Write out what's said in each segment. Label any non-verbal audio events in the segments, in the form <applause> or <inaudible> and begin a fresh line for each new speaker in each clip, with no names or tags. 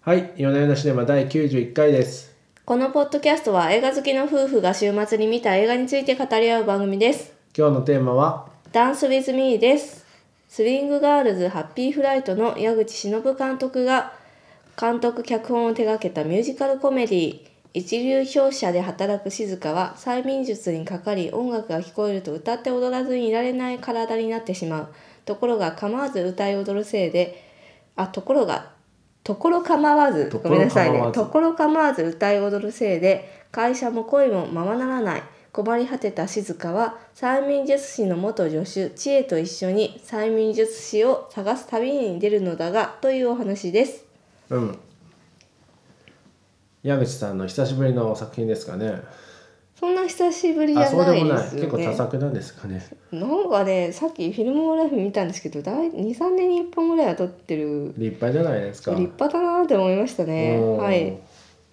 はい、夜な夜なシネマ第91回です。
このポッドキャストは映画好きの夫婦が週末に見た映画について語り合う番組です。
今日のテーマは、
ダンスウィズミーです。スウィングガールズハッピーフライトの矢口忍監督が監督脚本を手掛けたミュージカルコメディ一流表者で働く静香は催眠術にかかり音楽が聞こえると歌って踊らずにいられない体になってしまうところが構わず歌い踊るせいであところがところ構わず
とこ
ご
ろ構わず
めんなさいねところ構わず歌い踊るせいで会社も恋もままならない困り果てた静香は催眠術師の元助手知恵と一緒に催眠術師を探す旅に出るのだがというお話です
うん。矢口さんの久しぶりの作品ですかね。
そんな久しぶりじ
あ、
ゃ
そうで
ない
も
で
ない。
す
結
よ
構多
ね
作なんですかね。
なんかねさっきフィルムライフ見たんですけど23年に1本ぐらいは撮ってる
立派じゃないですか。
立派だなって思いましたね
うん
はい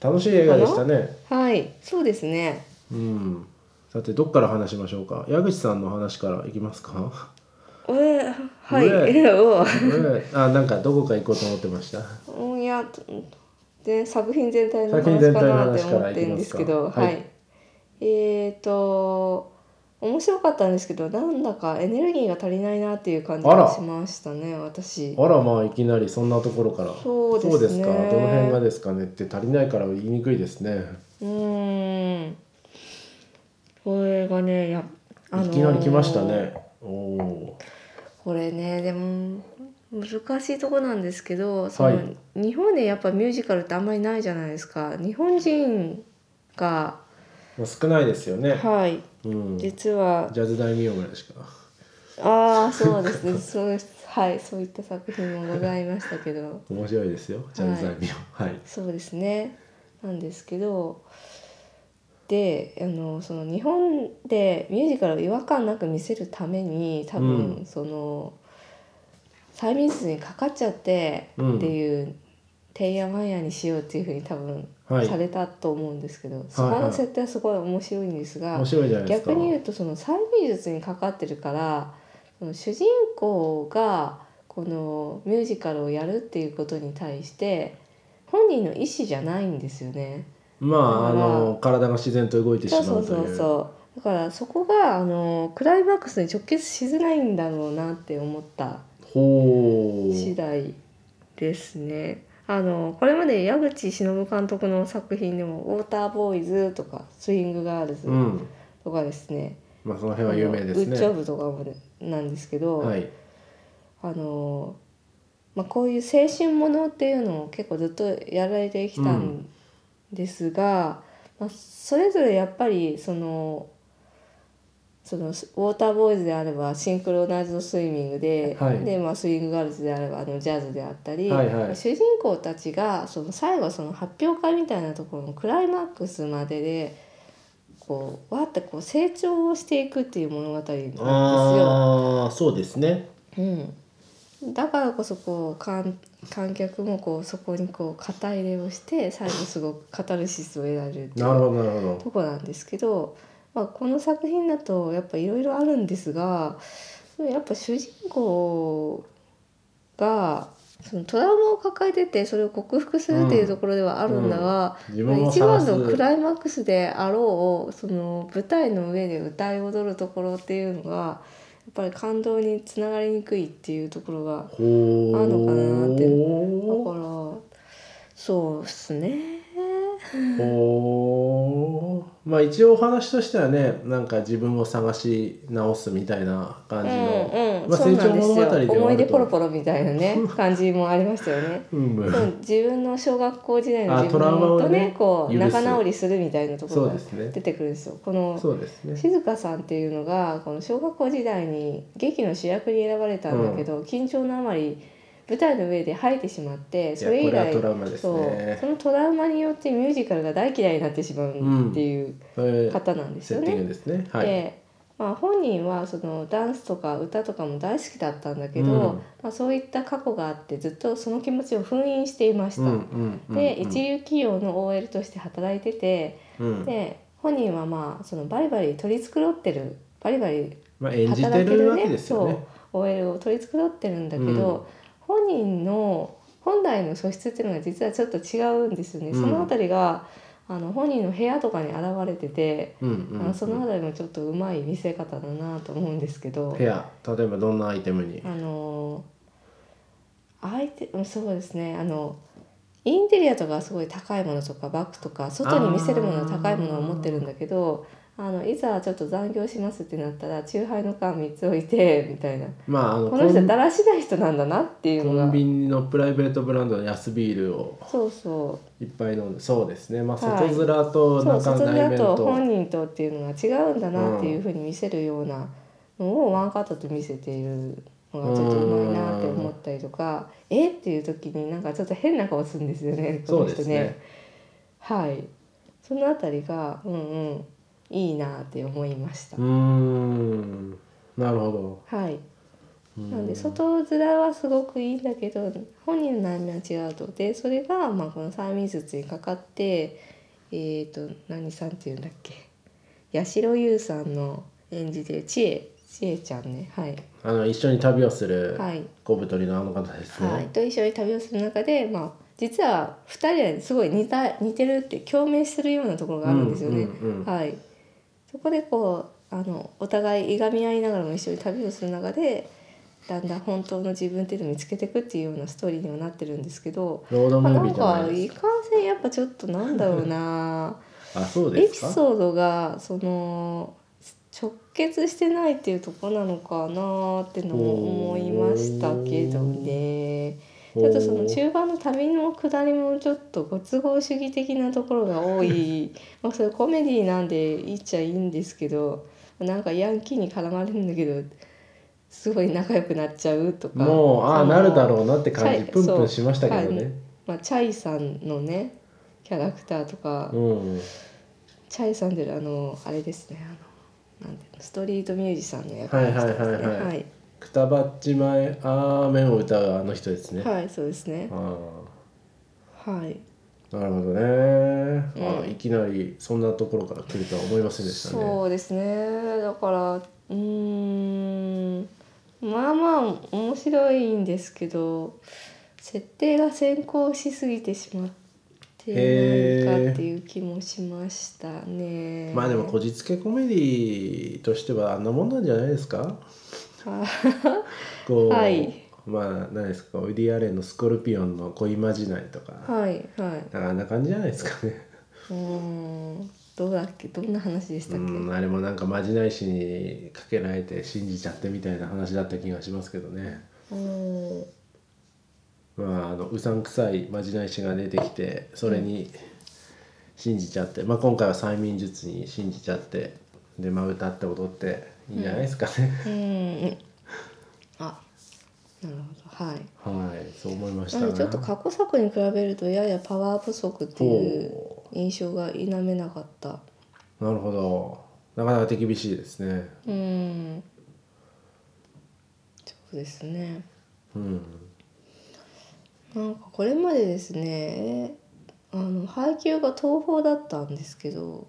楽しい映画でしたね。
はいそうですね
うん。さて、どっから話しましょうか。矢口さんの話からいきますか。 <laughs>
えーは
うえ
い <laughs> お
う
う
んあ、なんかどこか行こうと思ってました。
うんいやで作品全体の
作品
話
全
か
体の
なって
話か
思
ら
っ
い
て
き
るん
ま
ですす
か
けどはい、
はい
えっ、と面白かったんですけどなんだかエネルギーが足りないなっていう感じ
あら
がしましたね私
あらまあいきなりそんなところから
そうですね
かどの辺がですかねって足りないから言いにくいですね
うーんこれがねや、あのー
いきなり来ましたねおお
これねでも難しいとこなんですけどそ
は
の、
い
日本でやっぱミュージカルってあんまりないじゃないですか日本人が
ー少ないですよね、
はい
うん、ジ
実は
ャズ大名ぐらいしか
ああそうです
<laughs>
ねそうですはいそういった作品もございましたけど
面白いですよジャズ大名はい、
そうですねなんですけどであのその日本でミュージカルを違和感なく見せるために多分、
うん
その催眠術にかかっちゃって
うん
っていう、てんやわんやにしようっていうふうに多分
はい
されたと思うんですけど、そこの設定はすごい面白いんですが、
面白いじゃないですか
逆に言うとその催眠術にかかってるからその主人公がこのミュージカルをやるっていうことに対して本人の意思じゃないんですよね。
まああ
だから
の体が自然と動いてしま
そう
うと
そうそ
いう
うそうだからそこがあのクライマックスに直結しづらいんだろうなって思った
ほ
次
う
第ですね。あのこれまで矢口忍監督の作品でも「ウォーターボーイズ」とか「スイングガールズ
う」ん
とかですね、
まあその辺は有名です
あのウッ
ね
ジョブとかもなんですけど、
はい
あのまあ、こういう青春ものっていうのを結構ずっとやられてきたんですが、まあ、それぞれやっぱりそのそのウォーターボーイズであればシンクロナイズドスイミングで,、
はい
でまあ、スイングガールズであればあのジャズであったり、
はいはい
主人公たちがその最後その発表会みたいなところのクライマックスまででこうわーってこう成長をしていくっていう物語なんですよ。
ああそうですね
うん、だからこそこう観観客もこうそこにこう肩入れをして最後すごくカタルシスを得られるってい
なる
う
ほどなるほど
とこなんですけど、まあ、この作品だとやっぱいろいろあるんですがやっぱ主人公がそのトラウマを抱えててそれを克服するっていうところではあるんだが、
自
まあ
分を
一番
探す
のクライマックスであろうその舞台の上で歌い踊るところっていうのがやっぱり感動につながりにくいっていうところが
ほう
あるのかなってだからそうっすね
ほーまあ一応お話としてはねなんか自分を探し直すみたいな
う
感じの、
んうん、
まあ
そうなんです
成長物語ではある
よ
と
思い出ポロポロみたいなね感じもありましたよ
<laughs>
ね。
うんうん
そう自分の小学校時代の
あ
自分
トラウマを
とね
ね
こう
許す
仲直りするみたいなとこ
そ
ろ
う
が
ですね
出てくるんですよ。この
そうですね
静香さんっていうのがこの小学校時代に劇の主役に選ばれたんだけど、緊張のあまり舞台の上で吐いてしまって
い
そ
や
れ以
これは
来
トラウマです
そう
ね
そのトラウマによってミュージカルが大嫌いになってしまうっていう
これ
方なんです
セ
よ
ッティン
ね。
グですねはい、
でまあ、本人はそのダンスとか歌とかも大好きだったんだけど、
うん
まあ、そういった過去があってずっとその気持ちを封印していまし
う
た。
んうんうん
で
うん
一流企業の OL として働いてて、
うん
で本人はまあそのバリバリ取り繕ってるバリバリ
まあ、演じて
働け
る
る
わけ
ね
ですよね
そう OL を取り繕ってるんだけど、本人の本来の素質っていうのが実はちょっと違うんですよね、
うん
そのあたりがあの本人の部屋とかに現れてて、
うん
あ
う
の
ん、
そのあたりもちょっとうまい見せ方だなと思うんですけど
部屋例えばどんなアイテムに
あの相手うんそうですねあのインテリアとかはすごい高いものとかバッグとか外に見せるものは高いものを持ってるんだけどあのいざちょっと残業しますってなったらチューハイの缶3つ置いてみたいな
まああの
この人
コン
だらしない人なんだなっていうの
コ
が
ンビニのプライベートブランドの安ビールを
そうそ
いっぱい飲んでそうですねまあ
はい
外面
う
と
そう
中
外
内
だ
面
と
と,、
本人とっていうのが違うんだなっていうふうに見せるようなのをワンカットで見せているのがちょっとうまいなって思ったりとかえっていう時になんかちょっと変な顔するんですよねこ
そ
の
うで
人
すね
はいそのあたりがうんうんいいなって思いました、
うーんなるほ
はい
ど
な
なん
で外面はすごくいいんだけど本人の内面は違うとでそれがまあこの催眠術にかかってえっ、と何さんっていうんだっけ八代優さんの演じてる千恵千恵ちゃんねはい
あの一緒に旅をする
はい、
小太りのあの方ですね、
はい、と一緒に旅をする中でまあ実は二人はすごい似た似てるって共鳴するようなところがあるんですよね。
うんうんうん
はい、そこでこうあのお互いいがみ合いながらも一緒に旅をする中でだんだん本当の自分っていうのを見つけていくっていうようなストーリーにはなってるんですけど、
ロードム
まあ、な
ービ
ん
ーじゃな
か
い
い
で
かんせんやっぱちょっとなんだろうな
すかあそう
エ
で
ピ
すか
ソードがその直結してないっていうとこなのかなってのも思いましたけどね。ちょっとその中盤の旅の下りもちょっとご都合主義的なところが
<laughs>
多いまあそれコメディなんで言っちゃいいんですけどなんかヤンキーに絡まれるんだけどすごい仲良くなっちゃうとか
もうあ
そ
あ
の
なるだろうなって感
は
じ
い
プンプンしましたけど
そう
ね、
まあ、チャイさんのねキャラクターとか、
うん
チャイさんであのあれですねあのなんていうのストリートミュージシャンの役
はい
割
はいはいはい
ですねはい、
くたばっちまえあーめんを歌うあの人ですね、
はい、そうですね
あ
はい
ーなるほどね、
う
あ
ん
いきなりそんなところから来るとは思いませんでしたね
そうですねだからうーんまあまあ面白いんですけど設定が先行しすぎてしまってないかっていう気もしましたね。
まあでもこじつけコメディとしてはあんなもんなんじゃないですか
<laughs> は
こう、
はい
まあ何ですかウディ・アレンの「スコルピオン」の恋まじないとか、
はいはい。
なんかあんな感じじゃないですかね。
うーんどうだっけどん <laughs> な話でした
う
っけ、
ん、あれもなんかまじない師にかけられて信じちゃってみたいな話だった気がしますけどね。
うん
まあ、あのうさんくさいまじない師が出てきてそれに信じちゃって、まあ、今回は催眠術に信じちゃってで、まあ、歌って踊っていいんじゃないですかね。
うんあなるほどは
は
い
いそう思いました
なのでちょっと過去作に比べるとややパワー不足っていう
ほ
印象が否めなかった
うなるほどなかなか手厳しいですね。
うんそうですね
うん、
なんかこれまでですねあの配給が東宝だったんですけど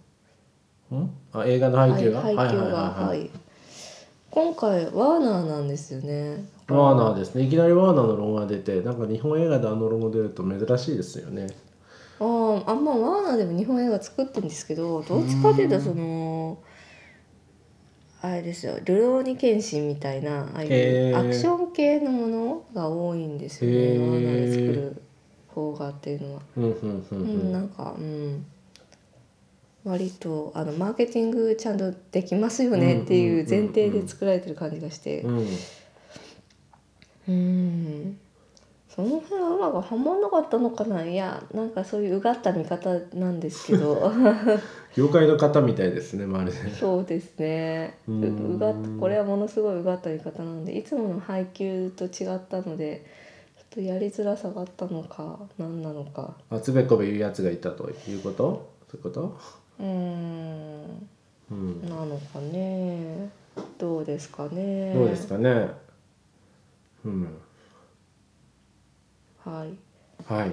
んあ映画の配給が、
はい配給が
はいはいはいはい
はい今回ワーナーなんですよね
ワーナーですねいきなりワーナーのロゴが出てなんか日本映画であのロゴ出ると珍しいですよね
あーあんまワーナーでも日本映画作ってるんですけどどっちかっていうとそのあれですよ「流浪に剣心」みたいなああい
へ
う
ー
アクション系のものが多いんですよ
へ
ね
ー
ワーナーで作る方がっていうのは。
うんうんう
うんん、
う
なんんか、うん、割とあのマーケティングちゃんとできますよねっていう前提で作られてる感じがして
うん、
うんその辺はうまくはまんなかったのかないやなんかそういううがった見方なんですけど
業界の方みたいですねまるで
そうですねう
うん
うがったこれはものすごいうがった見方なんでいつもの配給と違ったのでちょっとやりづらさがあったのか何なのか
あつべこべ言うやつがいたということそういうこと
うん
うん
なのかねどうですかね
どうですかねうん
はい
はい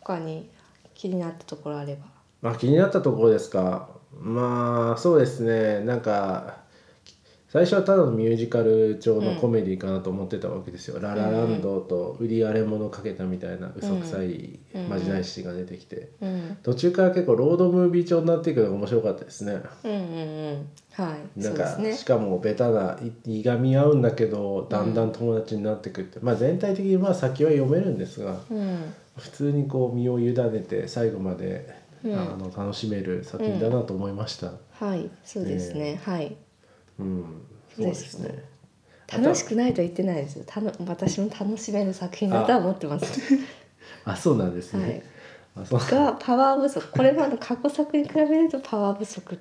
他に気になったところあれば
まあ気になったところですかまあそうですねなんか最初はただのミュージカル調のコメディかなと思ってたわけですよ「ララランド」と「売り荒れ物かけた」みたいな嘘くさいまじない詩が出てきて
うん
途中から結構ロードムービー調になっていくのが面白かったですね。
うんうんうんはい
な
そ
ん
うで
か
すね
しかもベタないいがみ合うんだけどだんだん友達になってくって、まあ全体的にまあ先は読めるんですが
うん
普通にこう身を委ねて最後まで、
うん
あの楽しめる作品だなと思いました。
はいそうですね、はい
うん、
そうですね
あと
楽しくないと言ってないですよたの私も楽しめる作品だとは思ってます
あそうなんですね。あそう <laughs>
がパワー不足これまで過去作に比べるとパワー不足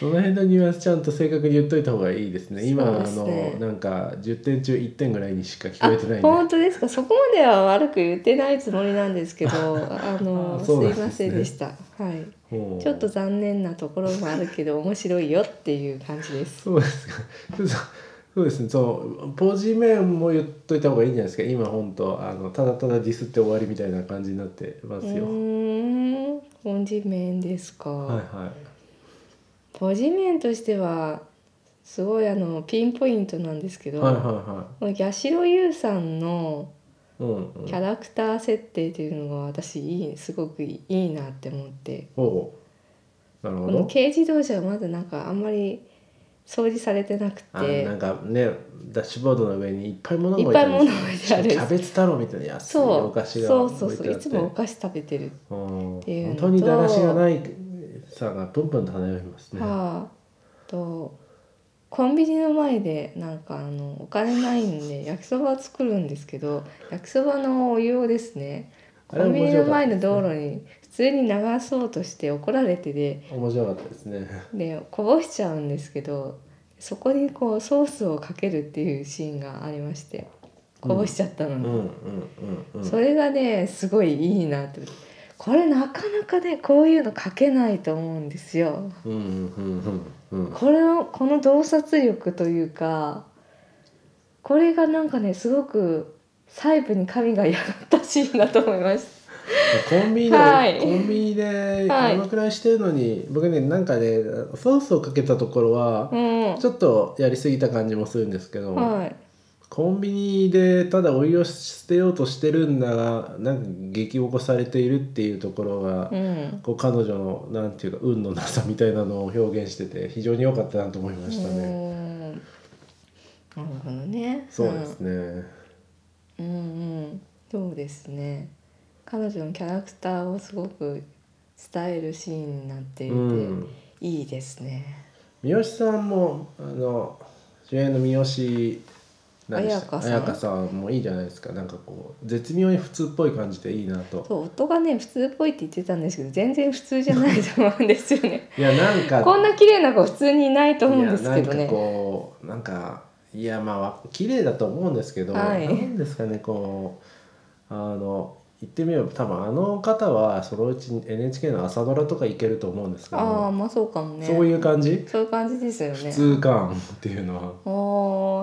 その辺のニュアンスちゃんと正確に言っといた方がいいですね。今
そうですね
あのなんか10点中1点ぐらいにしか聞
あ
こえてないんで。
本当ですかそこまでは悪く言ってないつもりなんですけどあの
あ
す
そうなん
い
ですね
ませんでしたはい
もう
ちょっと残念なところもあるけど面白いよっていう感じです
そうですか。 <laughs> そうそうですね。そうポジ面も言っといた方がいいんじゃないですか。今本当あのただただディスって終わりみたいな感じになってま
う
すよ。
ーん本地面ですか、
はいはい。
ポジ面としてはすごいあのピンポイントなんですけど、
はいはいは
この八代優さんの
い。うん、うん
キ。ャラクター設定っていうのが私いいすごくいいなって思って
ほう。なる
こ
ほ
の
ど。
軽自動車はまだなんかあんまり掃除されてなく
あな
て
んかねダッシュボードの上にいっぱい物が
いっ
置い
ぱ
て
い
ある
物
ん
が
ですよ
置
キ
いてある
ャベツ太郎みたいな安い
そ
お
う
菓子が
そうそうそう
置いてあ
い
って
つもお菓子食べてる、
うん
ていうの
本
と
当にだらしがないさがプンプンと離れますね。
はあとコンビニの前でなんかあのお金ないんで焼きそば作るんですけど焼きそばのお湯をですね
あ
コ
れ
ンビ
面
ニ
白
の
か
前
った
の道路に普通に流そうとして怒られてで
面白かったですね。
でこぼしちゃうんですけどそこにこうソースをかけるっていうシーンがありましてこぼしちゃったの
うん
に、
うんうんうん。
それがねすごいいいなってこれなかなかねこういうのかけないと思うんですよ。
うんうんうんうんうん。
これをこの洞察力というかこれがなんかねすごく細部に神が宿ったシーンだと思いました。
コンビニで、
はい
コンビニで
はい
このくらいしてるのに、僕ねなんかねソースをかけたところは
うん、
ちょっとやりすぎた感じもするんですけど、
はい
コンビニでただお湯を捨てようとしてるんだがなんか激起こされているっていうところが、
うん
こう彼女のなんていうか運のなさみたいなのを表現してて非常に良かったなと思いましたね。
うんなるほどね。
そうですね、
うんうんそうですね彼女のキャラクターをすごく伝えるシーンになっていて、
うん
いいですね
三好さんもあの主演の三好何でした
彩香さん
彩香さんもいいじゃないですかなんかこう絶妙に普通っぽい感じでいいなと
そう夫がね普通っぽいって言ってたんですけど全然普通じゃないと思うんですよ
<laughs>
ね
いやなんか
こんな綺麗な子普通にいないと思うんですけど
いやなんか
ね
こうなんかいやまあわ綺麗だと思うんですけど、
はい
なんですかねこうあの言ってみれば多分あの方はそのうち NHK の朝ドラとか行けると思うんですけど
ああまあそうかもね
そういう感じ、
そういう感じですよ
普
ね
通感っていうのは。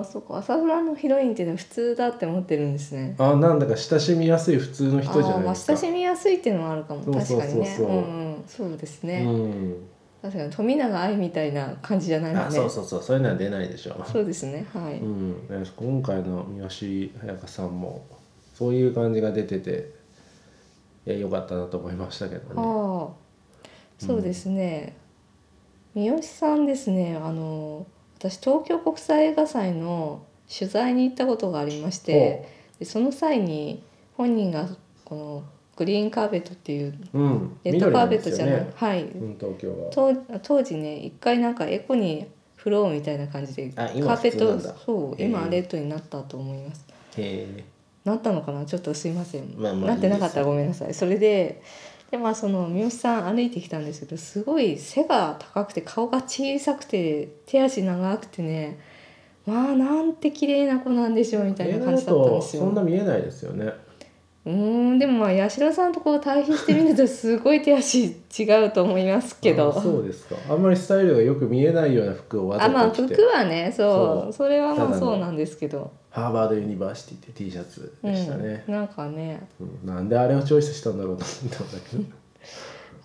ああそっか朝ドラのヒロインっていうのは普通だって思ってるんですね
あなんだか親しみやすい普通の
あ
人じゃ
ー
ない
まあ
ですか。
親しみやすいっていうのもあるかも
そうそうそうそう
確かにねうん、うん、そうですね、
うん
確かに富永愛みたいな感じじゃないのね
あそうそうそうそういうのは出ないでしょ
そうですねは
う
い、
ん、ね今回の三好彩香さんもそういう感じが出てていや良かったなと思いましたけどね
ああそうですね、三好さんですねあの私東京国際映画祭の取材に行ったことがありましてでその際に本人がこのグリーンカーペットっていう
ほう、うん、
レッドカーペット
緑
じゃ
ん
ない、
ですよね
はい
うん、東京は
当当時ね一回なんかエコにフローみたいな感じでカ
あ今
ーペッ
普通な
ト
んだ
そう今
へえ
レッドになったと思います
へ
なったのかなちょっとすいません、
まあまあ
なってなかった
いいですよ
らごめんなさいそれででまあその三好さん歩いてきたんですけどすごい背が高くて顔が小さくて手足長くてねまあなんて綺麗な子なんでしょうみた
え
い
映
な
画
感
だ
じだったんで
と
す
そんな
よ。
見えないですよね
うーんでもまあ八代さんとこう対比してみるとすごい手足違うと思いますけど
あそうですかあんまりスタイルがよく見えないような服をわ
あま
ざ
あ
と着
服
て、
はねそう
そ
そうれはま
た
あ
だの
そうなんですけど、
ハーバードユニバーシティって T シャツ
う
でしたね
ん、、なんかね <laughs>
うんなんであれをチョイスしたんだろうと思ったんだけど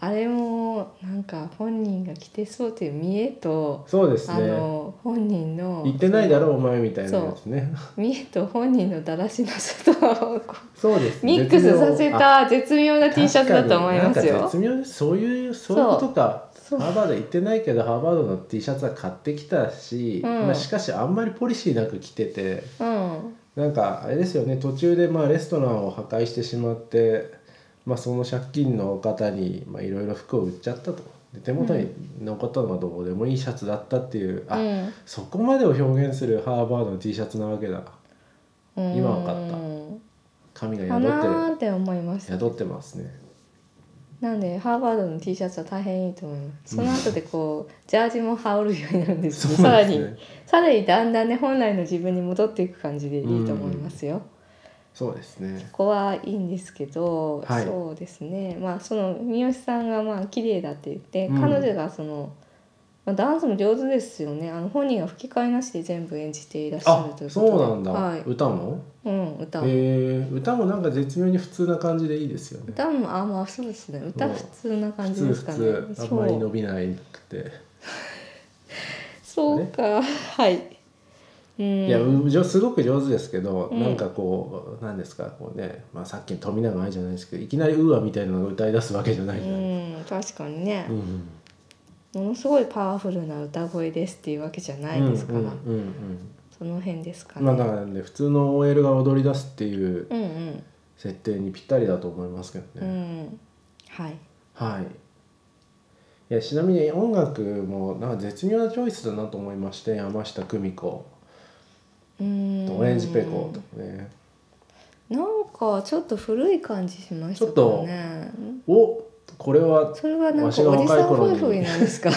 あれもなんか本人が着てそうという見えと、
そうです
あ
ね
の本人の
行ってないだろお前みたいなやつね
見えと本人のだらしなさとをこ
そうです
うミックスさせ
あ
た絶妙な T シャツだと思います
確かになんか
よ
絶。妙ですそういうそういうことか
そう
ハーバード行ってないけどハーバードの T シャツは買ってきたし、
うん
まあ、しかしあんまりポリシーなく着てて
うん、
なんかあれですよね途中でまあレストランを破壊してしまって、まあ、その借金の方にまあいろいろ服を売っちゃったとで手元に残ったのがどうでもいいシャツだったっていう、あ
うん
そこまでを表現するハーバードの T シャツなわけだ
うん
今わかった髪が
か
宿って
なー
る
って思いました
宿ってますね
なんでハーバードの T シャツは大変いいと思いますその後でこうジャージも羽織るようになるんですけ
そう
ど、さ
なんで
ら
す
に
ね
さらにだんだんね本来の自分に戻っていく感じでいいと思いますよ、
そうですね
ここはいいんですけど、
はい
そうですねまあその三好さんがまあ綺麗だって言って、
うん
彼女がその、まあ、ダンスも上手ですよねあの本人が吹き替えなしで全部演じていらっしゃ
あ
るということで
そうなんだ、
はい
歌も
うん、歌も、
えー、歌もなんか絶妙に普通な感じでいいですよね
歌もあまあそうですね歌普通な感
普
じ
通
ですかね
普通あんまり
そ
伸
う
びないくて、
そうかはいうん
いやうじょすごく上手ですけど、
うん
なんかこうなんですかこうね、まあ、さっきの富永愛じゃないですけどいきなり「ウーア」みたいなのが歌い出すわけじゃな
う
いじゃないですか。
ん確かにね
う、ん
ものすごいパワフルな歌声ですっていうわけじゃないですから、
うんうんうん
その辺ですか
う
ね、
んまあだからね普通の OL が踊り出すっていう
うんうん
設定にぴったりだと思いますけど
う
ね、
んはい
はいいやちなみに音楽もなんか絶妙なチョイスだなと思いまして山下久美子
うーん
とオレンジペコとかね
なんかちょっと古い感じしました
ちょっと
ね
おこれは
それはなん
わ
か
しが
お
若
じ
い
さん
頃に
夫婦になんで
<laughs>
すか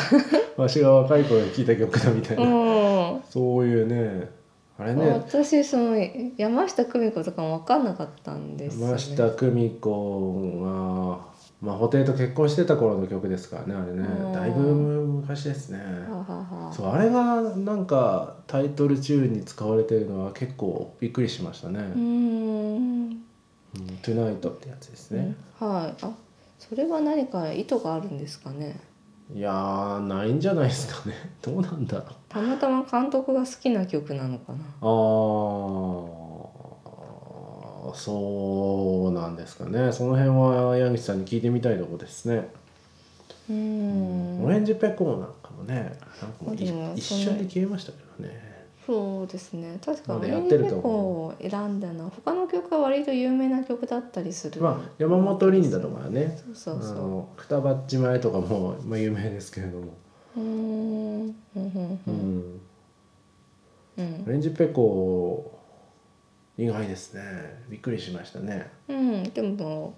わしが若い頃に聴いた曲だみたいうな、
ん
そういうねあれね
私その山下久美子とかも分かんなかったんですよ、ね、
山下久美子は、まあ、布袋と結婚してた頃の曲ですからねあれ
うん
ねだいぶ昔ですね
ははは
そうあれがなんかタイトルチューンに使われてるのは結構びっくりしましたね
うー
「う
ん
ん、トゥナイト」ってやつですね、
はいあそれは何か意図があるんですかね
いやーないんじゃないですかねどうなんだろう
たまたま監督が好きな曲なのかな
ああそうなんですかねその辺は矢口さんに聞いてみたいとこですね、
うーん
オレンジペコーなんかもねなんかもうい
でも
一
そんな
瞬で消えましたけどね
そうですね確か
まだ
に
やっ
オレン
てる
ジペ
と
コ
思
を選んだな他の曲は割と有名な曲だったりする、
まあ山本リンダとかね
そうそう
あ
そ
の双葉っち前とかも、まあ、有名ですけれども、
ううーんうんうんう
うんん
うん
オレンジペコー意外ですねびっくりしましたね
うんでも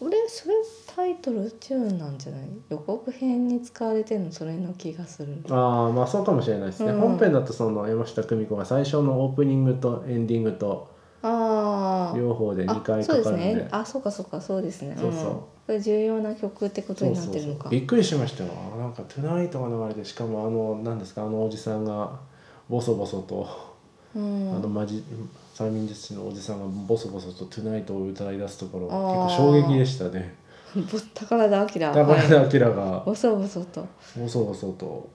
俺それタイトルチューンなんじゃない予告編に使われてるのそれの気がする
ああまあそうかもしれないですね、
うん
本編だとその山下久美子が最初のオープニングとエンディングと
あー
両方で
あ
2回
そう
か
で
か
す
るんで
ねあそうかそうかそうですね
そうそうん
これ重要な曲ってこと
そう
になっ
そう
て
そう
るのか
びっくりしましたよなんか「トゥナイト」が流れてしかもあの何ですかあのおじさんがボソボソと、
うん
あのマジ催眠術師のおじさんがボソボソと「トゥナイト」を歌い出すところ
あー
結構衝撃でしたね
ぼ宝田明
高
はい
田明が
ボソボソと
ボソボソと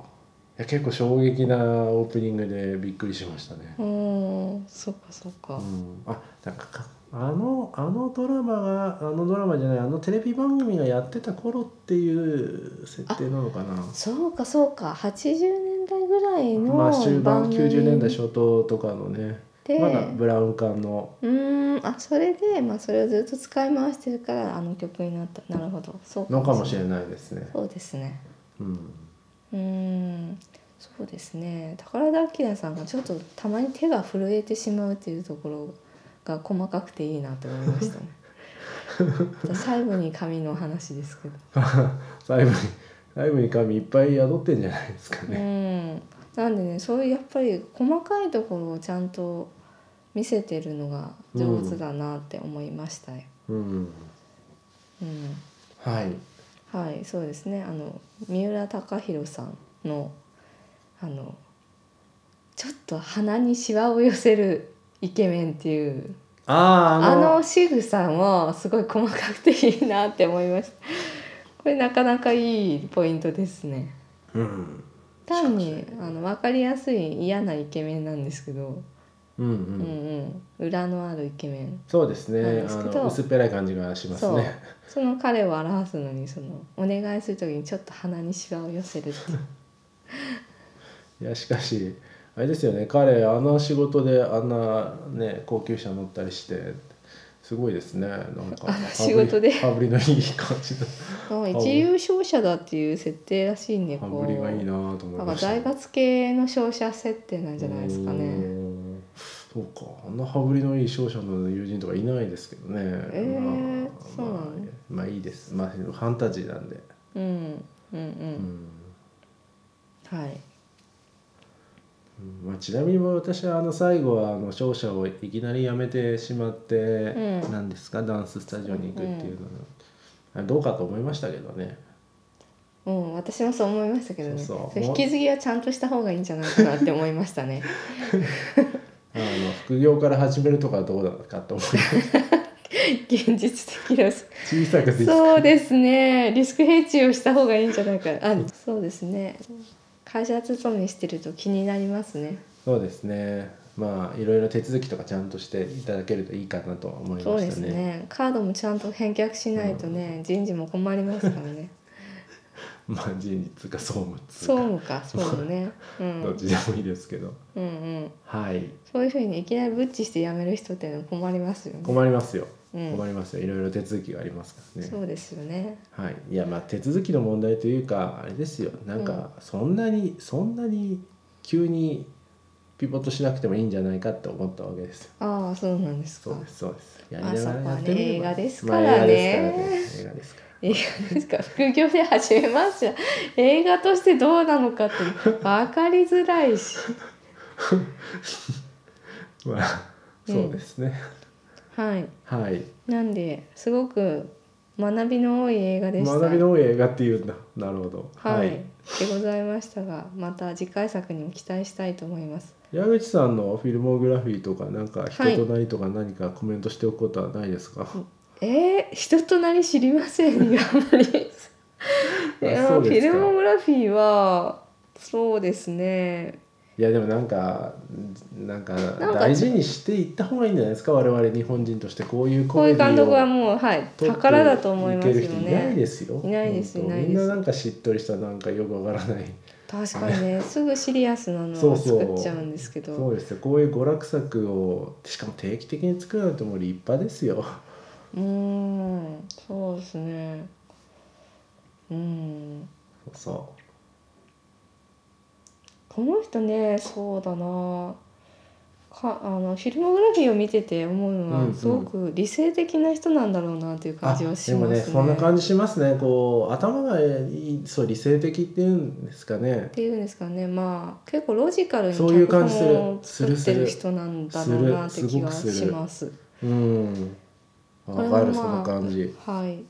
いや結構衝撃なオープニングでびっくりしましたね、
うんそうかそうか、
うん、あなんかかあのあのドラマがあのドラマじゃないあのテレビ番組がやってた頃っていう設定なのかな
そうかそうか80年代ぐらいの
まあ終盤
番組
90年代初頭とかのね
で、
まだブラウン管の
うーんあそれで、まあ、それをずっと使い回してるからあの曲になったなるほどそう
のかもしれ
い
ないですね。
そうですね
うん、
うーんそうですね宝田明さんがちょっとたまに手が震えてしまうっていうところが細かくていいなと思い
<laughs>
ましたね最後に髪の話ですけど
細部に細部に髪いっぱい宿ってんじゃないですかね。
うん、なんでねそういうやっぱり細かいところをちゃんと見せてるのが上手だなって思いましたよ。
うん、
うん
はい。
はいそうですねあの三浦貴大さんのあのちょっと鼻にシワを寄せるイケメンっていう
ああ
あ
あの
の仕草もすごい細かくていいなって思いました。これなかなかいいポイントですね
うん
単にあの分かりやすい嫌なイケメンなんですけど、
うんう、
うんんうん、裏のあるイケメン
そうです
なん
ね
で
あ
すけど
の薄っぺらい感じがしますね
その彼を表すのにそのお願いする時にちょっと鼻にシワを寄せ
<laughs>
るっていう
いやしかしあれですよね彼あの仕事であんなね高級車乗ったりしてすごいですねなんか
あの <laughs> 仕事で
羽振りのいい感じの
あ一流商社だっていう設定らしいんで
羽振りがいいなと思
ないんか
ました
財閥系の商社設定なんじゃないですか
うー
ね。
んそうかあんな羽振りのいい商社の友人とかいないですけどね
えー
まあ
そうなの
まあまあいいですまあファンタジーなんで
うん、うん、う、
うんん
はい。
まあ、ちなみに私はあの最後はあの商社をいきなり辞めてしまって、
うん
なんですかダンススタジオに行くっていうのは、どうかと思いましたけどね
うん、私もそう思いましたけどね。
そうそう
それ引き継ぎはちゃんとした方がいいんじゃないかなって思いまし
<laughs>
たね。
あの副業から始めるとかどうだかと思い
<laughs> 現実的です。
小さくでき
そうですね。リスクヘッジをした方がいいんじゃないか。あ、そうですね。会社勤めしてると気になりますね。
そうですねまあいろいろ手続きとかちゃんとしていただけるといいかなとは思いました
そう
ね
ですね。カードもちゃんと返却しないとね、人事も困りますから
<laughs>
ね。
まあ人事つうか総務つう
総
か
務か、そうだね。う
どっ
ん。
ちでもいいですけど、
うんうん。
はい
そういうふうにいきなりブッチして辞める人っていうのは困りますよね。
困りますよ、
うん
困りますよいろいろ手続きがありますからね
そうですよね。
はい、いやまあ手続きの問題というかあれですよなん
うん
かそんなに、そんなに急にピボットしなくてもいいんじゃないかって思ったわけですよ
ああ、そうなんですか。
そうですそうですや
あそこはね
ってみれば
映画ですからね
まあ映画ですからね
映画ですか。副業で始めました。映画としてどうなのかって分かりづらいし。
映画ですからまあ
うん
そうですね、
はい。
はい
なんで、すごく学びの多い映画でした。
学びの多い映画っていうんだなるほど
はい、でございましたが、また次回作にも期待したいと思います。
矢口さんのフィルモグラフィーとかなんか人となりとか何かコメントしておくことはないですか、 <laughs>
えー、人となり知りませんね、あんまり。いや
そ
フ
うで
ィ
す
ル
か
モグラフィーはそうですね
いやでもなんかなんか
んか
大事にしていった方がいいんじゃないですか我々日本人としてこういう
こ
コ
う
メ
いう
ディ
監督は
を
もうはい
撮って
宝だと思いますよ
ける人いない
ね
ですよ
いないです
本当
いないです
みんななんかしっとりしたなんかよくわからない
確かにねすぐシリアスなの
そう
を
そう
作っちゃうんですけど
そうですよこういう娯楽作をしかも定期的に作るなんてもう立派ですよ
うーんそうですねうーん
そ
この人ねそうだなかあのフィルモグラフィーを見てて思うのは、
うんうん
すごく理性的な人なんだろうなという
う
感じはし
でも
ます
ね
ね。
そんな感じしますねこう頭がいいそう理性的っていうんですかね
っていうんですかねまあ結構ロジカルに
そういう感じする
を作ってる人なんだろうなって
するす
気
る
が
すごくす
し
る
ます。
うん
これ
わかる
もまあ
その感じ
はい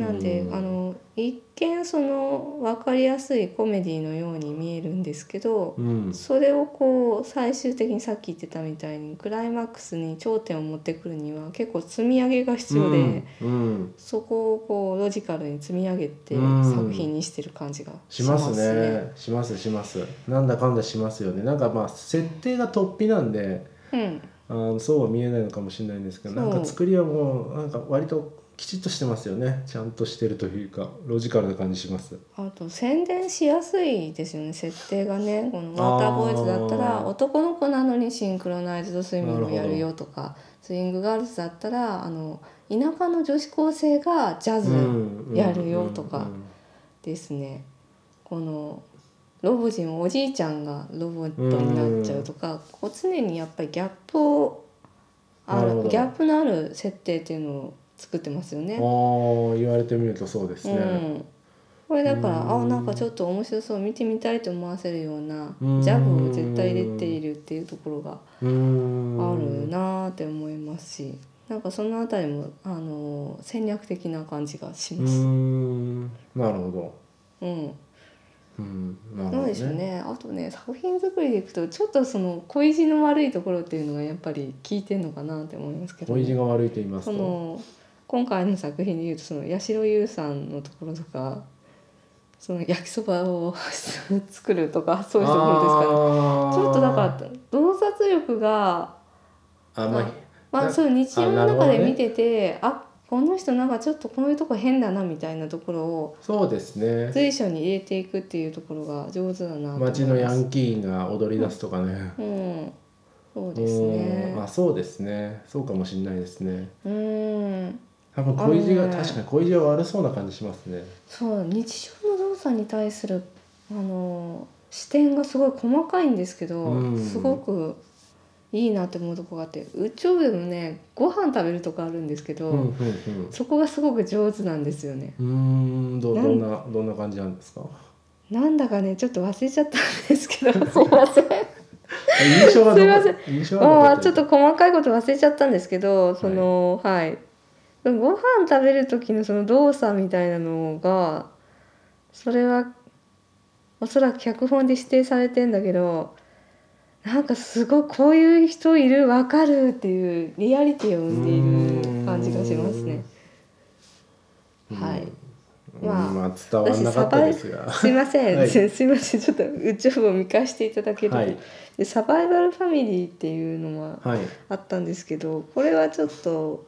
なんで
うん
あの一見その分かりやすいコメディのように見えるんですけど
うん
それをこう最終的にさっき言ってたみたいにクライマックスに頂点を持ってくるには結構積み上げが必要で、
うんうん
そこをこうロジカルに積み上げて
うん
作品にしてる感じが
しますねしますしますなんだかんだしますよねなんかまあ設定が突飛なんで
すね。うん
あのそうは見えないのかもしれないんですけど
そ
な
うん
か作りはもうなんか割ときちっとしてますよねちゃんとしてるというかロジカルな感じします
あと宣伝しやすいですよね設定がねこの
あー
ワーターボーイズだったら男の子なのにシンクロナイズドスイミングをやるよとかスイングガールズだったらあの田舎の女子高生がジャズ
うん
やるよとか
うん
ですね、このロボ人おじいちゃんがロボットになっちゃうとか、こう常にやっぱりギャップをあ
なるほ
る
ど
ギャップのある設定っていうのを作ってますよね。
ああ言われてみるとそうです
う
ね、
ん、これだから
うん
あなんかちょっと面白そう見てみたいと思わせるような
うん
ジャブを絶対入れているっていうところが
う
あ
ん、
るなーって思いますしなんかそのあたりも、あのー戦略的な感じがし
う
ます。
んなるほど
うん、
うんなるほ
ど
ど
うでしょうねあとね作品作りでいくとちょっとその小意地の悪いところっていうのがやっぱり効いてんのかなって思いますけど、
恋路が悪いと言います
そ
と
の今回の作品でいうとその八代優さんのところとかその焼きそばを <laughs> 作るとかそういうところですかね
あー
ちょっとだから洞察力が、
あんまり
まあ、
な
そう日常の
な
中
るほ
で
どね
見ててあ,、この人なんかちょっとこういうとこ変だなみたいなところを
そうですね
随所に入れていくっていうところが上手だなと思います
街のヤンキーが踊り出すとかね、
うんそう
う
ですね
んあそうですねそうかもしれないですね
うん
多分小石
あ
が、
のね
確かに小石は悪そうな感じしますね
そう日常の動作に対するあの視点がすごい細かいんですけど、
うん
すごくいいなって思うとこがあって宇宙部でもねご飯食べるとこあるんですけど、
うんうんうん
そこがすごく上手なんですよね
うーんど
な
ど
ん
んなどんな感じなんですか
なんだかねちょっと忘れちゃったんですけどすいません
印象が
すいま
ど
せん
こ印象
あ
は
あちょっと細かいこと忘れちゃったんですけどそのはい、ご飯食べる時のその動作みたいなのがそれはおそらく脚本で指定されてんだけどなんかすごいこういう人いるわかるっていうリアリティを生んでいる感じがしますね。はい
ま
ま
あ、
あ
まあ、伝わらなかったですが
すいま <laughs> せん、
はい
すすいませんちょっと宇宙部を見返していただけると、
はい
でサバイバルファミリーっていうのは
はい
あったんですけどこれはちょっと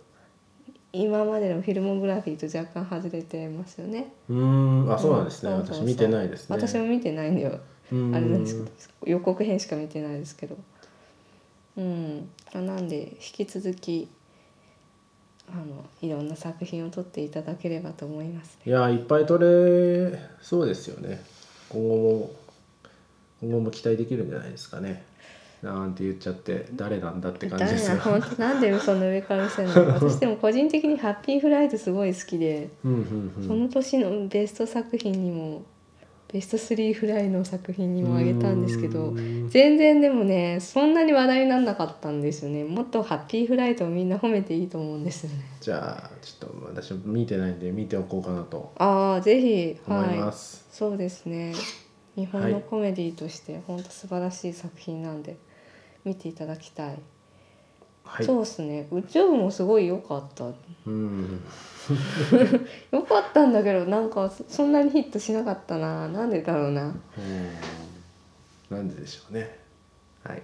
今までのフィルモグラフィーと若干外れてますよね。
うーんあそうなんですね、
そうそうそう
私見てないですね
私も見てないんだよ
うーん
あれなんですけど予告編しか見てないですけどうんあなんで引き続きあのいろんな作品を撮っていただければと思います
いやいっぱい取れそうですよね今後も今後も期待できるんじゃないですかねなんて言っちゃって誰なんだって感じです
誰な
が
本当なんでその上からせなの
<laughs>
私でも個人的に「ハッピーフライト」すごい好きで、
うんうん
そ
うん
の年のベスト作品にもベスト3フライの作品にもあげたんですけど
うーん
全然でもねそんなに話題にならなかったんですよねもっとハッピーフライトをみんな褒めていいと思うんですよ
<laughs>
ね
じゃあちょっと私見てないんで見ておこうかなと
ああぜひ
思い
は
ま
い
す、
そうですね日本のコメディとして本当素晴らしい作品なんで見ていただきたい、
はい、
そうですね宇宙部もすごい良かった
うん
良かったんだけどなんかそそんなにヒットしなかったななんでだろうな
うんなんででしょうねはい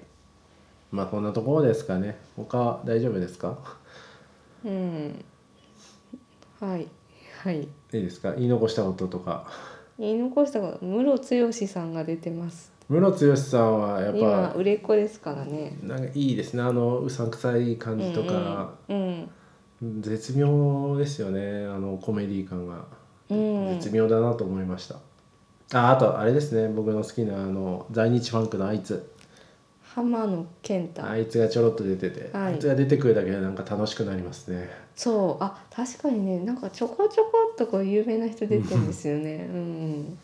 まあこんなところですかね他大丈夫ですか
うんはいはい
いいですか言い残したこととか
言い残したことムロツヨシさんが出てます
室剛さんはやっ
今
ぱ
売れっ子ですからね
なんかいいですねあのうさんくさい感じとか、
うん
絶妙ですよねあのコメディ感が、
うん、うん
絶妙だなと思いましたああとあれですね僕の好きなあの在日ファンクのあいつ
浜野健太、
あいつがちょろっと出てて、
はい
あいつが出てくるだけでなんか楽しくなりますね
そうあ確かにねなんかちょこちょこっとこう有名な人出てるんですよ
<laughs>
ねうん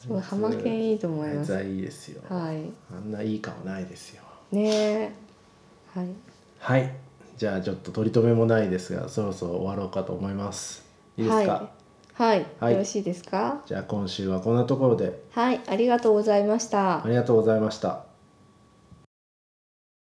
すごい浜健いいと思
あい
いま
つ
すは
はいいですよ、
い
あんないい顔ないですよ
ねえはい
はいじゃあちょっと取り留めもないですがそろそろ終わろうかと思いますいいですか、
はい、は、
はいい
よろしいですか
じゃあ今週はこんなところで
はいありがとうございました
ありがとうございました